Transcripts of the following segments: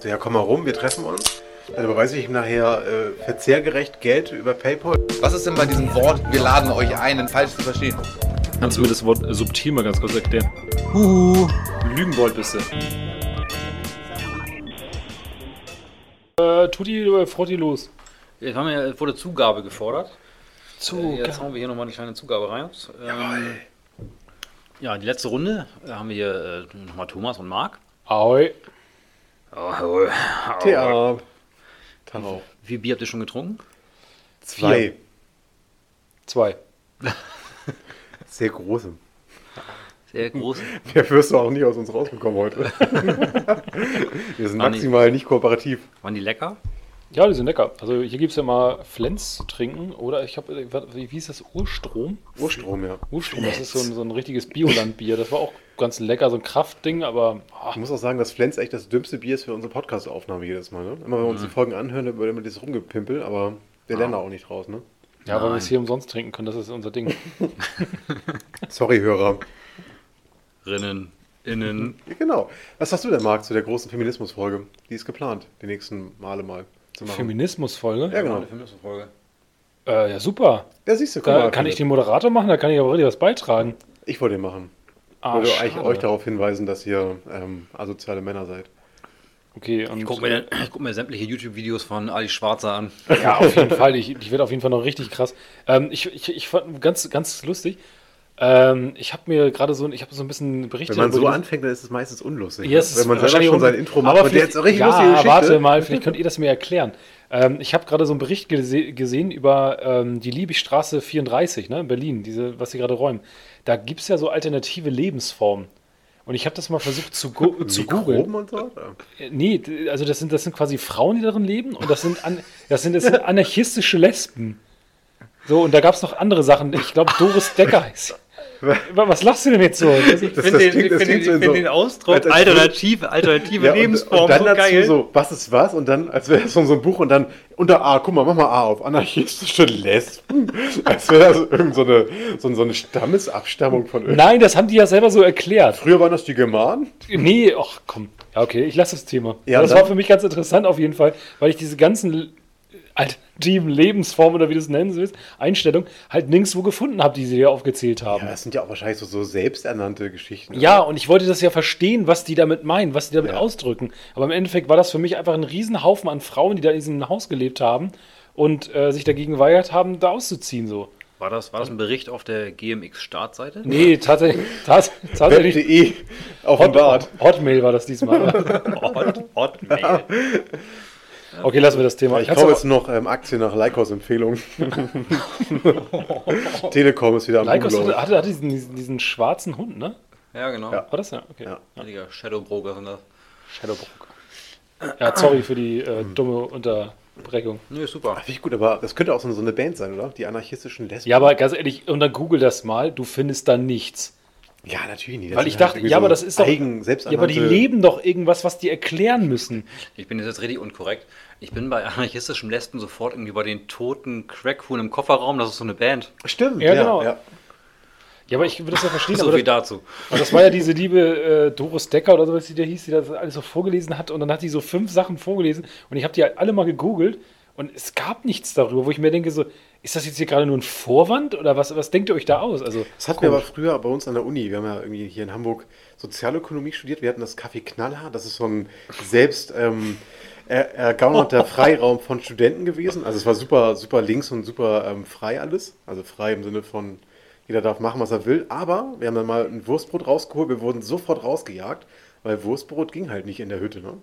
So, ja, komm mal rum, wir treffen uns. Dann überweise ich ihm nachher äh, verzehrgerecht Geld über PayPal. Was ist denn bei diesem Wort, wir laden euch ein, denn falsch zu verstehen? Kannst du mir das Wort äh, subtil mal ganz kurz erklären? Huhu. Lügenbold bist du. Äh, Tutti oder Frotti los? Jetzt haben wir, wurde Zugabe gefordert. Oh, Äh, Zugabe. Jetzt hauen wir hier nochmal eine kleine Zugabe rein. Ähm, ja, die letzte Runde haben wir hier äh, nochmal Thomas und Marc. Ahoi. Oh, Tja, Tarau. Wie Bier habt ihr schon getrunken? zwei. Zwei. Sehr große. Sehr groß. Mehr wirst du auch nicht aus uns rausbekommen heute. wir sind Ah, nee. maximal nicht kooperativ. Waren die lecker? Ja, die sind lecker. Also hier gibt es ja mal Flens zu trinken oder ich habe, wie wie hieß das, Urstrom? Urstrom, ja. Urstrom, das ist so ein, so ein richtiges Biolandbier. Das war auch ganz lecker, so ein Kraftding, aber ah, Ich muss auch sagen, dass Flens echt das dümmste Bier ist für unsere Podcast-Aufnahme jedes Mal. Ne? Immer wenn wir uns die Folgen anhören, dann wird immer dieses Rumgepimpel, aber wir lernen da auch nicht raus. Ne? ja, weil wir es hier umsonst trinken können, das ist unser Ding. Sorry, Hörer. Rinnen, innen. Ja, genau. Was sagst du denn, Marc, zu der großen Feminismus-Folge? Die ist geplant, die nächsten Male mal zu machen. Feminismusfolge? ne? ja, genau. Folge. Äh, ja, super. Ja, siehst du, guck Da mal, kann Philipp. ich den Moderator machen, da kann ich aber richtig was beitragen. Ich wollte den machen. Ich Ah, wollte euch, schade. euch darauf hinweisen, dass ihr ähm, asoziale Männer seid. Okay, und äh, Ich gucke mir, dann- ich guck mir sämtliche YouTube-Videos von Ali Schwarzer an. Ja, auf jeden Fall. Ich, ich werde auf jeden Fall noch richtig krass. Ähm, ich, ich, ich fand ganz, ganz lustig. Ähm, ich habe mir gerade so, ein- ich habe so ein bisschen berichtet. Wenn man über so die- anfängt, dann ist es meistens unlustig. ne? Ja, es Wenn ist man selber wahrscheinlich schon un- sein Intro macht aber und der jetzt vielleicht- richtig ja, lustige Geschichte. warte mal, vielleicht könnt ihr das mir erklären. Ähm, ich habe gerade so einen Bericht gese gesehen über ähm, die Liebigstraße 34 ne, in Berlin, diese, was sie gerade räumen. Da gibt es ja so alternative Lebensformen. Und ich habe das mal versucht zu, go um zu googeln. Mikroben und so? Ja. Äh, Nee, d- also das sind, das sind quasi Frauen, die darin leben und das sind, an, das sind, das sind anarchistische Lesben. So, und da gab es noch andere Sachen. Ich glaube, Doris Decker heißt. Wa- Was lachst du denn jetzt so? Das ist- Das- das klingt- das klingt so in so- als- als- alternative Also, Ja, und, und dann dazu so, was ist was? Und dann, als wäre das von so einem Buch und dann unter A, guck mal, mach mal A auf, anarchistische Lesben. als wäre das irgend so eine, so, so eine Stammesabstammung von irgend. Nein, das haben die ja selber so erklärt. Früher waren das die Germanen. Nee, ach komm. Ja, okay, ich lasse das Thema. Ja, Ja, das dann- war für mich ganz interessant auf jeden Fall, weil ich diese ganzen l- alternativen Lebensformen oder wie du es nennen willst, Einstellungen halt nirgendwo gefunden habe, die sie hier aufgezählt haben. Ja, das sind ja auch wahrscheinlich so, so selbsternannte Geschichten. Ja, und ich wollte das ja verstehen, was die damit meinen, was die damit Ja. ausdrücken. Aber im Endeffekt war das für mich einfach ein Riesenhaufen an Frauen, die da in diesem Haus gelebt haben und äh, sich dagegen geweigert haben, da auszuziehen. So. War das, war das ein Bericht auf der GMX-Startseite? Nee, tatsächlich. tats- tatsächlich Web.de Also Hot, E offenbart. Hotmail war das diesmal. Hot, hot, Mail. Okay, lassen wir das Thema. Ich Kannst du kaufe auch- jetzt noch ähm, Aktien nach Leikos Empfehlung. Telekom ist wieder am Leikos Umlauf. hatte, hatte, hatte diesen, diesen, diesen schwarzen Hund, ne? Ja, genau. War das ja? Okay. Ja. Richtiger Shadowbroker sind das. Shadowbrook. Ja, sorry für die äh, dumme Unterbrechung. Nö, super. Ah, Finde ich gut, aber das könnte auch so eine, so eine Band sein, oder? Die anarchistischen Lesben. Ja, aber ganz ehrlich, und dann google das mal, du findest da nichts. Ja, natürlich nicht. Das Weil sind ich halt dachte, irgendwie ja, aber so das ist doch. Eigen, ja, aber die selbsternannte- leben doch irgendwas, was die erklären müssen. Ich bin jetzt richtig unkorrekt. Ich bin bei anarchistischem Lesben sofort irgendwie bei den toten Crackhuhn im Kofferraum. Das ist so eine Band. Stimmt, Ja, genau. Ja, aber ich würde das ja verstehen. So aber viel das, dazu. aber das war ja diese liebe äh, Doris Decker oder sowas, die da hieß, die das alles so vorgelesen hat. Und dann hat die so fünf Sachen vorgelesen. Und ich habe die halt alle mal gegoogelt. Und es gab nichts darüber, wo ich mir denke, so, ist das jetzt hier gerade nur ein Vorwand? Oder was, was denkt ihr euch da aus? Also, Das hatten wir aber früher bei uns an der Uni. Wir haben ja irgendwie hier in Hamburg Sozialökonomie studiert. Wir hatten das Café Knaller. Das ist so ein selbst ähm, er, ergaunerter Freiraum von Studenten gewesen. Also es war super, super links und super ähm, frei alles. Also frei im Sinne von jeder darf machen, was er will. Aber wir haben dann mal ein Wurstbrot rausgeholt. Wir wurden sofort rausgejagt, weil Wurstbrot ging halt nicht in der Hütte. Ne?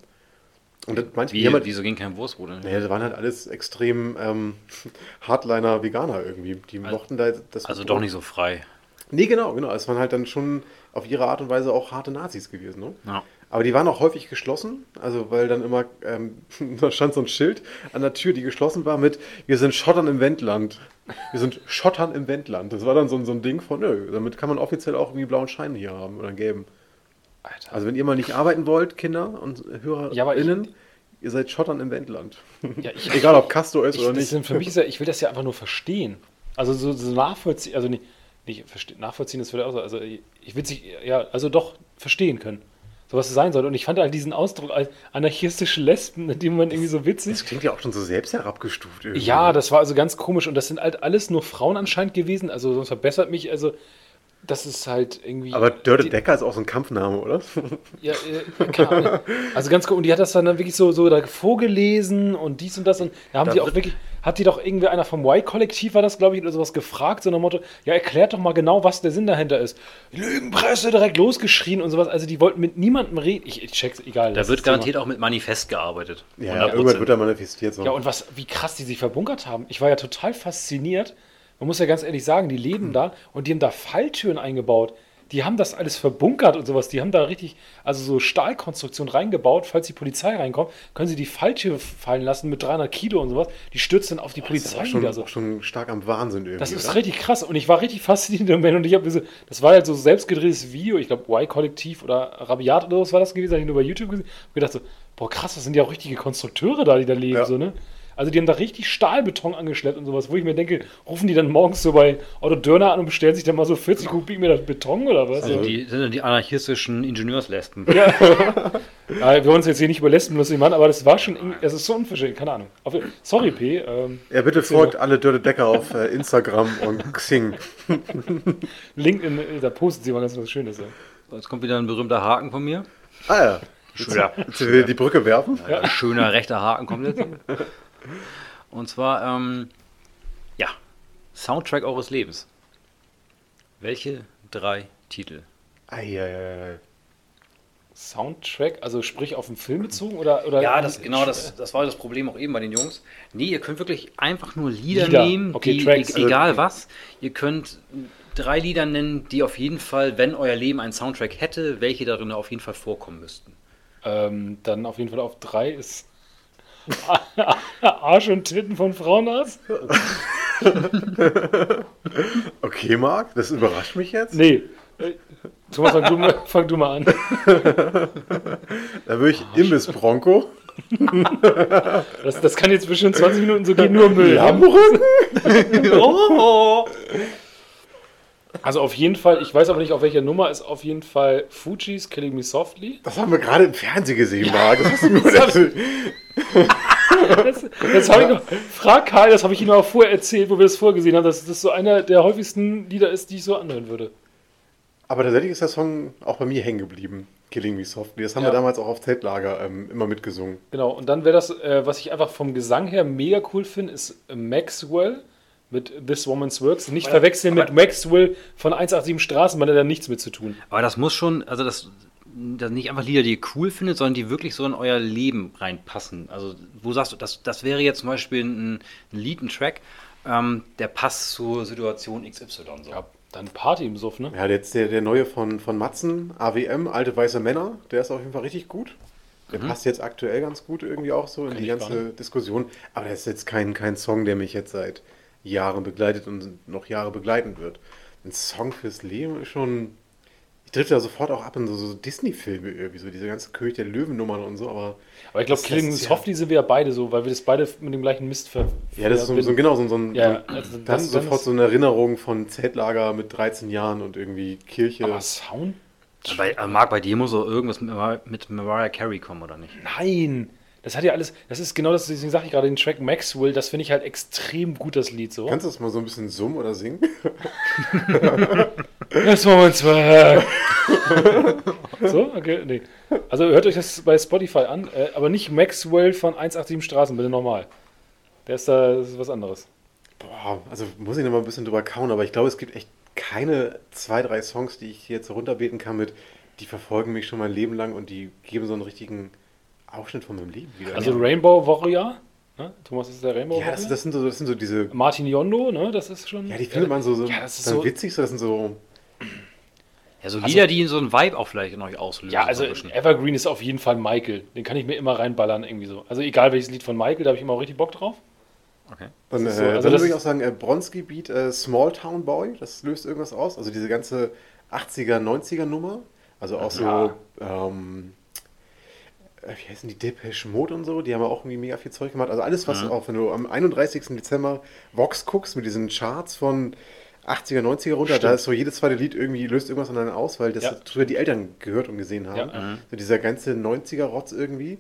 Und das, manche, Wie, jemand- wieso ging kein Wurstbrot? Naja, das waren halt alles extrem ähm, Hardliner-Veganer irgendwie. Die mochten da das. Also doch nicht so frei. Nee, genau, genau. Es waren halt dann schon auf ihre Art und Weise auch harte Nazis gewesen. Ne? Ja. Aber die waren auch häufig geschlossen, also weil dann immer, ähm, da stand so ein Schild an der Tür, die geschlossen war mit, wir sind Schottern im Wendland. Wir sind Schottern im Wendland. Das war dann so, ein- so ein Ding von, nö, damit kann man offiziell auch irgendwie blauen Schein hier haben oder einen gelben. Alter. Also wenn ihr mal nicht arbeiten wollt, Kinder und Ja, aber ich- HörerInnen, ihr seid Schottern im Wendland. Ja, ich- Egal ob Castor ist Ich, oder das nicht. Sind für mich ist ja, ich will das ja einfach nur verstehen. Also so, so nachvollziehen, also nicht, nicht verste- nachvollziehen, das würde auch so, also ich will es nicht, ja, also doch verstehen können. sowas sein soll. Und ich fand halt diesen Ausdruck als anarchistische Lesben in dem Moment irgendwie so witzig. Das klingt ja auch schon so selbst herabgestuft irgendwie. Ja, das war also ganz komisch. Und das sind halt alles nur Frauen anscheinend gewesen. Also sonst verbessert mich. Also das ist halt irgendwie. Aber Dörte die- Decker ist auch so ein Kampfname, oder? Ja, äh, keine Ahnung. Also ganz cool. Und die hat das dann wirklich so, so da vorgelesen und dies und das. Und da haben Da die auch wird- wirklich, hat die doch irgendwie einer vom Y-Kollektiv war das, glaube ich, oder sowas gefragt, so nach dem Motto, ja, erklärt doch mal genau, was der Sinn dahinter ist. Lügenpresse direkt losgeschrien und sowas. Also die wollten mit niemandem reden. Ich, ich check's, egal. Da das wird ist Thema. garantiert auch mit Manifest gearbeitet. Ja, 100%. irgendwann wird er manifestiert. So. Ja, und was, wie krass die sich verbunkert haben. Ich war ja total fasziniert. Man muss ja ganz ehrlich sagen, die Hm. leben da und die haben da Falltüren eingebaut. Die haben das alles verbunkert und sowas. Die haben da richtig, also so Stahlkonstruktion reingebaut. Falls die Polizei reinkommt, können sie die Falltür fallen lassen mit 300 Kilo und sowas. Die stürzt dann auf die das ist Polizei auch schon, wieder. So. auch schon stark am Wahnsinn irgendwie. Das ist oder? richtig krass und ich war richtig fasziniert im Moment und ich habe so, das war halt so selbstgedrehtes Video, ich glaube Y-Kollektiv oder Rabiat oder was war das gewesen, habe ich nur bei YouTube gesehen und gedacht so, boah krass, das sind ja auch richtige Konstrukteure da, die da leben, Ja. so, ne? Also die haben da richtig Stahlbeton angeschleppt und sowas, wo ich mir denke, rufen die dann morgens so bei Otto Dörner an und bestellen sich dann mal so 40 Kubikmeter Beton oder was? Also, Sind die, sind die anarchistischen Ingenieurslesben. Ja, wir wollen uns jetzt hier nicht über Lesben lustig machen, aber das war schon, irgendwie- es ist so unverschämt, keine Ahnung. Auf, sorry P, ähm, Ja, bitte folgt alle Dörte Decker auf äh, Instagram und Xing. LinkedIn, äh, da posten sie mal ganz was Schönes. Ja. Jetzt kommt wieder ein berühmter Haken von mir. Ah ja. Schöner, Willst du wieder die Brücke werfen? Ein schöner rechter Haken kommt jetzt. Und zwar, ähm, ja, Soundtrack eures Lebens. Welche drei Titel? Eieiei. Soundtrack, also sprich auf den Film bezogen oder, oder Ja, das, genau, äh, das, das war das Problem auch eben bei den Jungs. Nee, ihr könnt wirklich einfach nur Lieder, Lieder. nehmen, Okay, die, Tracks. also- e egal was. Ihr könnt drei Lieder nennen, die auf jeden Fall, wenn euer Leben einen Soundtrack hätte, welche darin auf jeden Fall vorkommen müssten. Ähm, dann auf jeden Fall auf drei ist Arsch und Titten von Frauenarzt? Okay, Marc, das überrascht mich jetzt. Nee. Äh, Thomas, fang du, mal- fang du mal an. Da würde ich Ah, Imbiss Bronco. Das, das kann jetzt bestimmt 20 Minuten so gehen, nur Müll. Oh. Lammrücken? Also auf jeden Fall, ich weiß aber nicht, auf welcher Nummer ist auf jeden Fall Fuji's Killing Me Softly. Das haben wir gerade im Fernsehen gesehen, Marc. Das hast du mir erzählt. Das, das habe ich noch, frag Karl, das habe ich Ihnen auch vorher erzählt, wo wir das vorgesehen haben, dass das so einer der häufigsten Lieder ist, die ich so anhören würde. Aber tatsächlich ist der Song auch bei mir hängen geblieben. Killing Me Softly. Das haben Ja. wir damals auch auf Zeltlager ähm, immer mitgesungen. Genau, und dann wäre das, äh, was ich einfach vom Gesang her mega cool finde, ist Maxwell mit This Woman's Works. Nicht verwechseln mit Maxwell von 187 Straßen, man hat da nichts mit zu tun. Aber das muss schon, also das, das nicht einfach Lieder, die ihr cool findet, sondern die wirklich so in euer Leben reinpassen. Also wo sagst du, das, das wäre jetzt zum Beispiel ein, ein Lied, ein Track, ähm, der passt zur Situation XY. So. Ja, dann Party im Suff, ne? Ja, jetzt der, der neue von, von Matzen, AWM, Alte Weiße Männer, der ist auf jeden Fall richtig gut. Der passt jetzt aktuell ganz gut irgendwie auch so in die Mhm. ich ganze Diskussion. Aber das ist jetzt kein, kein Song, der mich jetzt seit Jahren begleitet und noch Jahre begleiten wird. Ein Song fürs Leben ist schon. Ich drifte da sofort auch ab in so, so Disney-Filme irgendwie, so diese ganze König der Löwen-Nummern und so, aber. Aber ich glaube, das Killing lässt is ja- Softly sind wir ja beide so, weil wir das beide mit dem gleichen Mist ver. Ja, das ist so, so genau so, so ein. Ja, so, also da hast du dann- dann sofort ist- so eine Erinnerung von Zeltlager mit 13 Jahren und irgendwie Kirche. Aber Sound? Bei, äh, Marc, bei dir muss doch irgendwas mit, Mar mit Mariah Carey kommen, oder nicht? Nein! Das hat ja alles, das ist genau das, deswegen sage ich gerade den Track Maxwell, das finde ich halt extrem gut, das Lied so. Kannst du das mal so ein bisschen summen oder singen? This Woman's Work. so, okay, nee. Also hört euch das bei Spotify an, äh, aber nicht Maxwell von 187 Straßen, bitte nochmal. Der ist da, das ist was anderes. Boah, also muss ich noch mal ein bisschen drüber kauen, aber ich glaube, es gibt echt keine zwei, drei Songs, die ich jetzt runterbeten kann mit, die verfolgen mich schon mein Leben lang und die geben so einen richtigen Ausschnitt von meinem Leben wieder. Also Rainbow Warrior, ne? Thomas ist der Rainbow ja, das, Warrior. das, sind so, das sind so diese, Martin Yondo, ne? Das ist schon. ja, die findet man so, so, Ja, das ist dann so- witzig, so, das sind so, Ja, so Lieder, die so einen Vibe auch vielleicht Also- in euch auslösen. Ja, also so ein bisschen. Evergreen ist auf jeden Fall Michael. Den kann ich mir immer reinballern, irgendwie so. Also egal welches Lied von Michael, da habe ich immer auch richtig Bock drauf. dann, Das ist so, äh, also dann das würde ich ist- auch sagen, äh, Bronski Beat, äh, Small Town Boy, das löst irgendwas aus, also diese ganze 80er, 90er Nummer, also auch so, ähm, äh, wie heißen die, Depeche Mode und so, die haben ja auch irgendwie mega viel Mhm. Zeug gemacht. Also alles, was auch, wenn du am 31. Dezember Vox guckst mit diesen Charts von 80er, 90er runter, da ist so jedes zweite Lied irgendwie löst irgendwas aneinander aus, weil das Ja. früher die Eltern gehört und gesehen haben. Ja. Mhm. So dieser ganze 90er-Rotz irgendwie.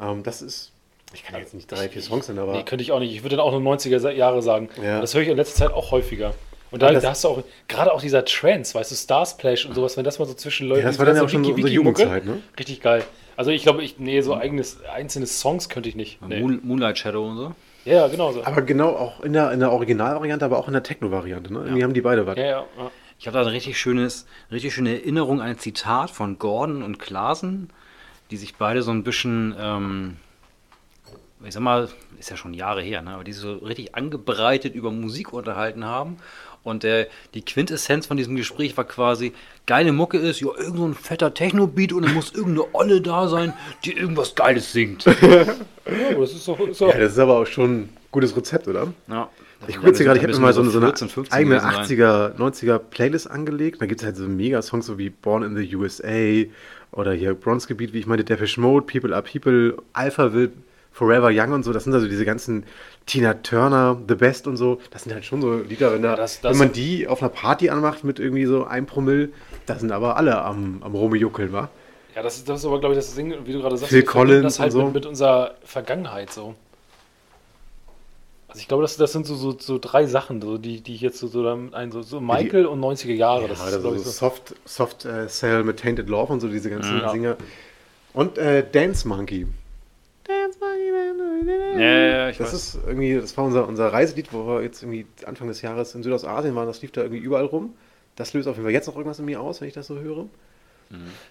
Ähm, das ist, ich kann jetzt nicht drei, vier Songs nennen, aber Nee, könnte ich auch nicht. Ich würde dann auch nur 90er sa- Jahre sagen. Ja. Das höre ich in letzter Zeit auch häufiger. Und da, das- da hast du auch, gerade auch dieser Trance, weißt du, Starsplash und sowas, wenn das mal so zwischen Leuten Ja, das war dann ja auch schon unsere Wiki-Mucke. Jugendzeit, ne? Richtig geil. Also ich glaube, ich, nee, so eigenes, einzelne Songs könnte ich nicht. Nee. Moon, Moonlight Shadow und so. Ja, ja, genau so. aber genau auch in der, in der Originalvariante, aber auch in der Techno-Variante. Ne? Irgendwie haben die beide was. Ja, ja, ja. Ich habe da ein richtig schönes, richtig schöne Erinnerung an ein Zitat von Gordon und Klaasen, die sich beide so ein bisschen, ähm, ich sag mal, ist ja schon Jahre her, ne? aber die sich so richtig angebreitet über Musik unterhalten haben. Und äh, die Quintessenz von diesem Gespräch war quasi, geile Mucke ist, ja, irgend so ein fetter Techno-Beat und dann muss irgendeine Olle da sein, die irgendwas Geiles singt. ja aber das ist doch. Ist doch Ja, das ist aber auch schon ein gutes Rezept, oder? Ja. Ich gucke jetzt hier gerade, ich habe mir Müssen mal wir so eine, so 14, 15 eine eigene gewesen sein. 80er, 90er Playlist angelegt. Da gibt es halt so mega Songs so wie Born in the USA oder hier Bronzegebiet, wie ich meine, Depeche Mode, People Are People, Alpha Will, Forever Young und so. Das sind also diese ganzen Tina Turner, The Best und so. Das sind halt schon so Lieder, wenn, da, das- das- wenn man die auf einer Party anmacht mit irgendwie so einem Promille, da sind aber alle am, am Rumjuckeln, wa? Ja, das ist, das ist aber, glaube ich, das Ding, wie du gerade sagst, Phil wir verbinden Collins das halt und so. mit, mit unserer Vergangenheit so. Also ich glaube, das, das sind so, so, so drei Sachen, so, die, die ich jetzt so, so, damit ein, so, so Michael und 90er Jahre. das Ja, ist, das glaube also ich, so. Soft, Soft äh, Cell mit Tainted Love und so diese ganzen Ja. Singer. Und äh, Dance Monkey. Dance Monkey. Ja, ja, ja, ich das weiß. ist irgendwie, das war unser, unser Reiselied, wo wir jetzt irgendwie Anfang des Jahres in Südostasien waren. Das lief da irgendwie überall rum. Das löst auf jeden Fall jetzt noch irgendwas in mir aus, wenn ich das so höre.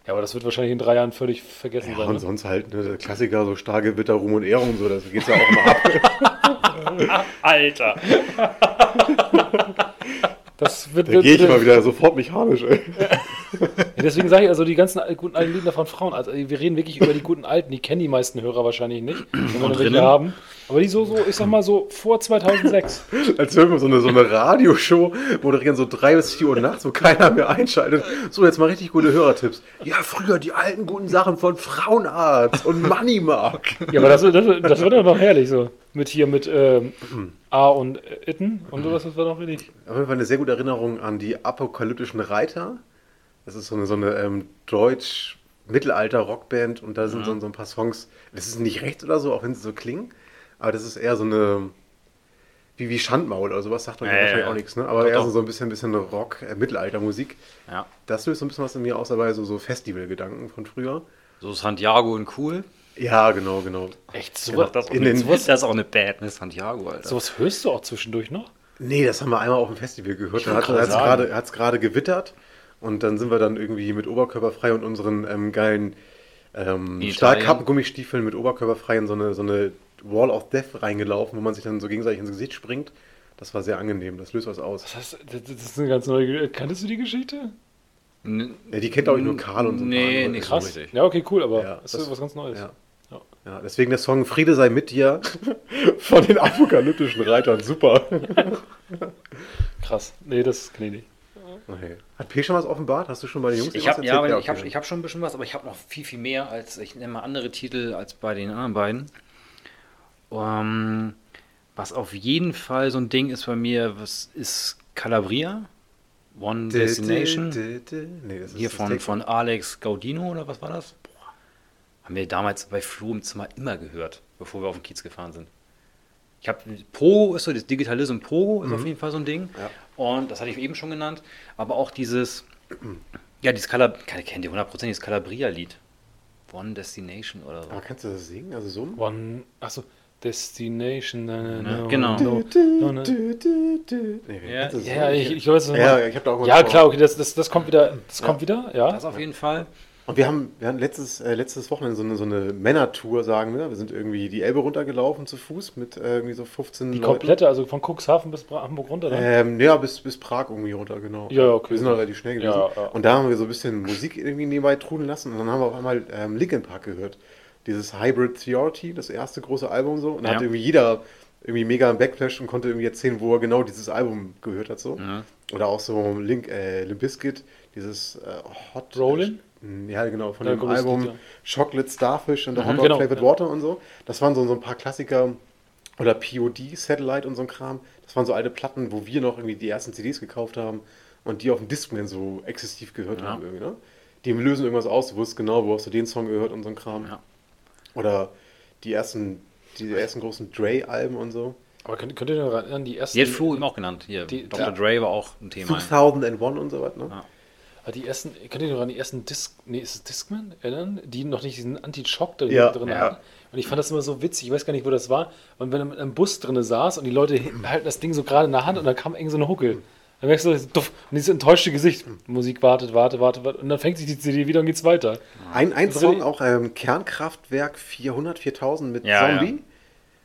Ja, aber das wird wahrscheinlich in drei Jahren völlig vergessen Ja, sein. und Ne? sonst halt ne, der Klassiker, so starke Witter, Ruhm und Ehrung und so, das geht's ja auch immer ab. Alter! das wird, Da wird, gehe ich mal wird wieder sofort mechanisch. Ey. ja, Deswegen sage ich also die ganzen al- guten alten Lieder von Frauen. Also wir reden wirklich über die guten alten, die kennen die meisten Hörer wahrscheinlich nicht, wenn wir noch welche drinnen? haben. Aber die so, so, ich sag mal so vor 2006. Als hören wir so eine, so eine Radioshow, moderieren so drei bis vier Uhr nachts, wo keiner mehr einschaltet. So, jetzt mal richtig gute Hörertipps. Ja, früher die alten guten Sachen von Frauenarzt und Money Mark. Ja, aber das, das, das wird doch noch herrlich so. Mit hier mit ähm, A und äh, Itten und sowas, das war doch richtig. Auf jeden Fall eine sehr gute Erinnerung an die apokalyptischen Reiter. Das ist so eine, so eine ähm, deutsch-mittelalter-Rockband und da sind Mhm. so, so ein paar Songs. Das ist nicht rechts oder so, auch wenn sie so klingen. Aber das ist eher so eine. Wie, wie Schandmaul oder sowas sagt man ja, Ja, ja, wahrscheinlich ja. auch nichts, ne? Aber Doch, eher so, doch. so ein bisschen, bisschen äh, Rock-Mittelalter-Musik. Ja. Das löst so ein bisschen was in mir aus, dabei so, so Festivalgedanken von früher. So Santiago und cool. Ja, genau, genau. Echt sowas. Das ist auch In eine- den- das ist auch eine Bad, ne? Santiago, Alter. Sowas hörst du auch zwischendurch noch? Nee, das haben wir einmal auf dem Festival gehört. Da hat wollte es gerade gerade, hat's gerade gewittert und dann sind wir dann irgendwie mit Oberkörperfrei und unseren ähm, geilen ähm, Italien. Stahlkappengummiestiefeln mit Oberkörperfrei in so eine, so eine Wall of Death reingelaufen, wo man sich dann so gegenseitig ins Gesicht springt. Das war sehr angenehm, das löst was aus. Das, heißt, das, das ist eine ganz neue. Äh, Kanntest du die Geschichte? N- Ja, die kennt, glaube ich, nur Karl und so. ein paar Nee, andere. nicht so Krass. richtig. Ja, okay, cool, aber Ja, das ist das- was ganz Neues. Ja. Ja. Ja, deswegen der Song Friede sei mit dir von den apokalyptischen Reitern, super. Krass. Nee, das kenne ich nicht. Okay. Hat P schon was offenbart? Hast du schon bei den Jungs Ich was habe ja, aber ich okay. hab, ich hab schon ein bisschen was, aber ich habe noch viel, viel mehr als, ich nenne mal andere Titel als bei den anderen beiden. Ähm, was auf jeden Fall so ein Ding ist bei mir, was ist Calabria? One Dä, Destination? dä, dä, dä. Nee, das ist Hier das von, Text. von Alex Gaudino oder was war das? Boah. Haben wir damals bei Flo im Zimmer immer gehört, bevor wir auf den Kiez gefahren sind. Ich habe Pogo ist so, das Digitalism Pogo ist auf Mhm. jeden Fall so ein Ding. Und das hatte ich eben schon genannt. Aber auch dieses, ja, dieses Calab keine- kennt ihr hundertprozentig, das Calabria-Lied. One Destination oder so. Aber kannst du das singen? Also so? One. Achso. Destination. äh, Ja, no, genau. no, no, Ja, no. kannst du das Ja, ich, ich weiß nicht. Ja, ich hab da auch mal Ja, gesprochen. klar, okay, das, das, das kommt wieder. Das kommt wieder, ja. Das auf jeden Fall. Und wir haben, wir hatten letztes, äh, letztes Wochenende so eine, so eine Männertour, sagen wir. Wir sind irgendwie die Elbe runtergelaufen zu Fuß mit äh, irgendwie so 15 Die Leuten. komplette, also von Cuxhaven bis Bra- Hamburg runter. ne? Ähm, ja, bis, bis Prag irgendwie runter, genau. Ja, okay. Wir sind noch relativ schnell gewesen. Ja, ja. Und da haben wir so ein bisschen Musik irgendwie nebenbei trudeln lassen und dann haben wir auf einmal ähm, Linkin Park gehört. Dieses Hybrid Theory, das erste große Album so. Und da Ja. hat irgendwie jeder irgendwie mega einen Backflash und konnte irgendwie erzählen, wo er genau dieses Album gehört hat so. Oder auch so Link, äh, Limp Bizkit, dieses äh, Hot... Rollin'? Ja, genau, von Ja, dem größtes Album Lied, ja. Chocolate Starfish und der Hot Dog genau, Flavored ja. Water und so. Das waren so, so ein paar Klassiker, Oder POD, Satellite und so ein Kram. Das waren so alte Platten, wo wir noch irgendwie die ersten CDs gekauft haben und die auf dem Discman so exzessiv gehört haben. Irgendwie, ne? Die lösen irgendwas aus, du wusstest genau, wo hast du den Song gehört und so ein Kram. Ja. Oder die ersten, die ersten großen Dre-Alben und so. Aber könnt, könnt ihr noch erinnern, die ersten, Die hat Flo eben auch genannt. Hier, Die- Dr. Dre war auch ein Thema. 2001 und so was, ne? Ja. Ah, die ersten, könnt ihr noch an die ersten Disc, nee, ist es Discman erinnern, die noch nicht diesen Anti-Chock drin, Ja, drin ja. hatten? Und ich fand das immer so witzig, ich weiß gar nicht, wo das war. Und wenn du mit einem Bus drin saß und die Leute halten das Ding so gerade in der Hand und dann kam irgend so eine Huckel. Dann merkst du, das ist duff, und dieses enttäuschte Gesicht. Musik wartet, wartet, wartet, wartet. Und dann fängt sich die CD wieder und geht's weiter. Ein, ein Also Song, die- auch ähm, Kernkraftwerk 400, 4000 mit Ja, ja. Zombie.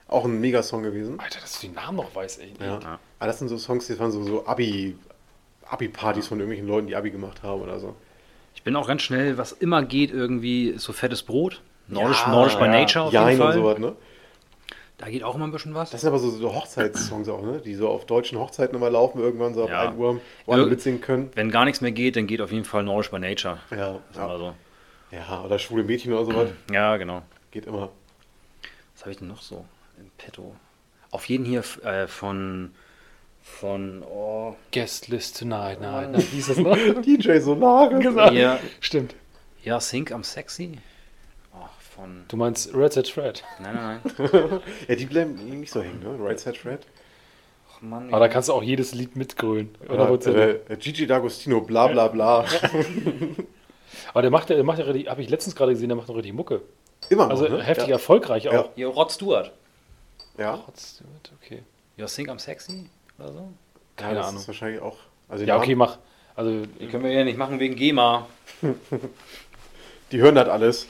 Auch ein Megasong gewesen. Alter, dass du den Namen noch weißt, ey. Ja. Aber Ah, das sind so Songs, die waren so, so Abi, Abi-Partys von irgendwelchen Leuten, die Abi gemacht haben oder so. Ich bin auch ganz schnell, was immer geht, irgendwie ist so fettes Brot. Nordisch, Nordisch by Nature auf Jein jeden Fall. und sowas, ne? Da geht auch immer ein bisschen was. Das sind aber so, so Hochzeitssongs auch, ne? Die so auf deutschen Hochzeiten immer laufen, irgendwann so ab Ja. 1 Uhr, wo alle Ja. mitsingen können. Wenn gar nichts mehr geht, dann geht auf jeden Fall Nordisch by Nature. Ja, Ist ja. immer so. ja, oder schwule Mädchen oder sowas. ja genau. Geht immer. Was habe ich denn noch so im Petto? Auf jeden hier f- äh, von, von, oh, Guest List Tonight, nein, nein, wie ist das noch? DJ Solare. Gesagt. Ja. Stimmt. ja, Think I'm Sexy? Oh, von, Du meinst Red Set Fred. nein, nein, nein. Ja, die bleiben nicht so hängen, ne? Right Side Red. Ach, Mann, Aber da kannst du auch jedes Lied mitgrölen. Oder Oder wolltest du- äh, äh, Gigi D'Agostino, bla bla bla. Aber der macht ja, der macht ja richtig, habe ich letztens gerade gesehen, der macht noch richtig Mucke. Immer noch, Also ne? heftig Ja. erfolgreich auch. Ja. hier, Rod Stewart. ja. Trotzdem, okay. You think I'm sexy? Oder so? Keine ja, das Ahnung. Ist wahrscheinlich auch. Also die Ja, okay, haben- mach. Also, Die können wir ja nicht machen wegen GEMA. Die hören halt alles.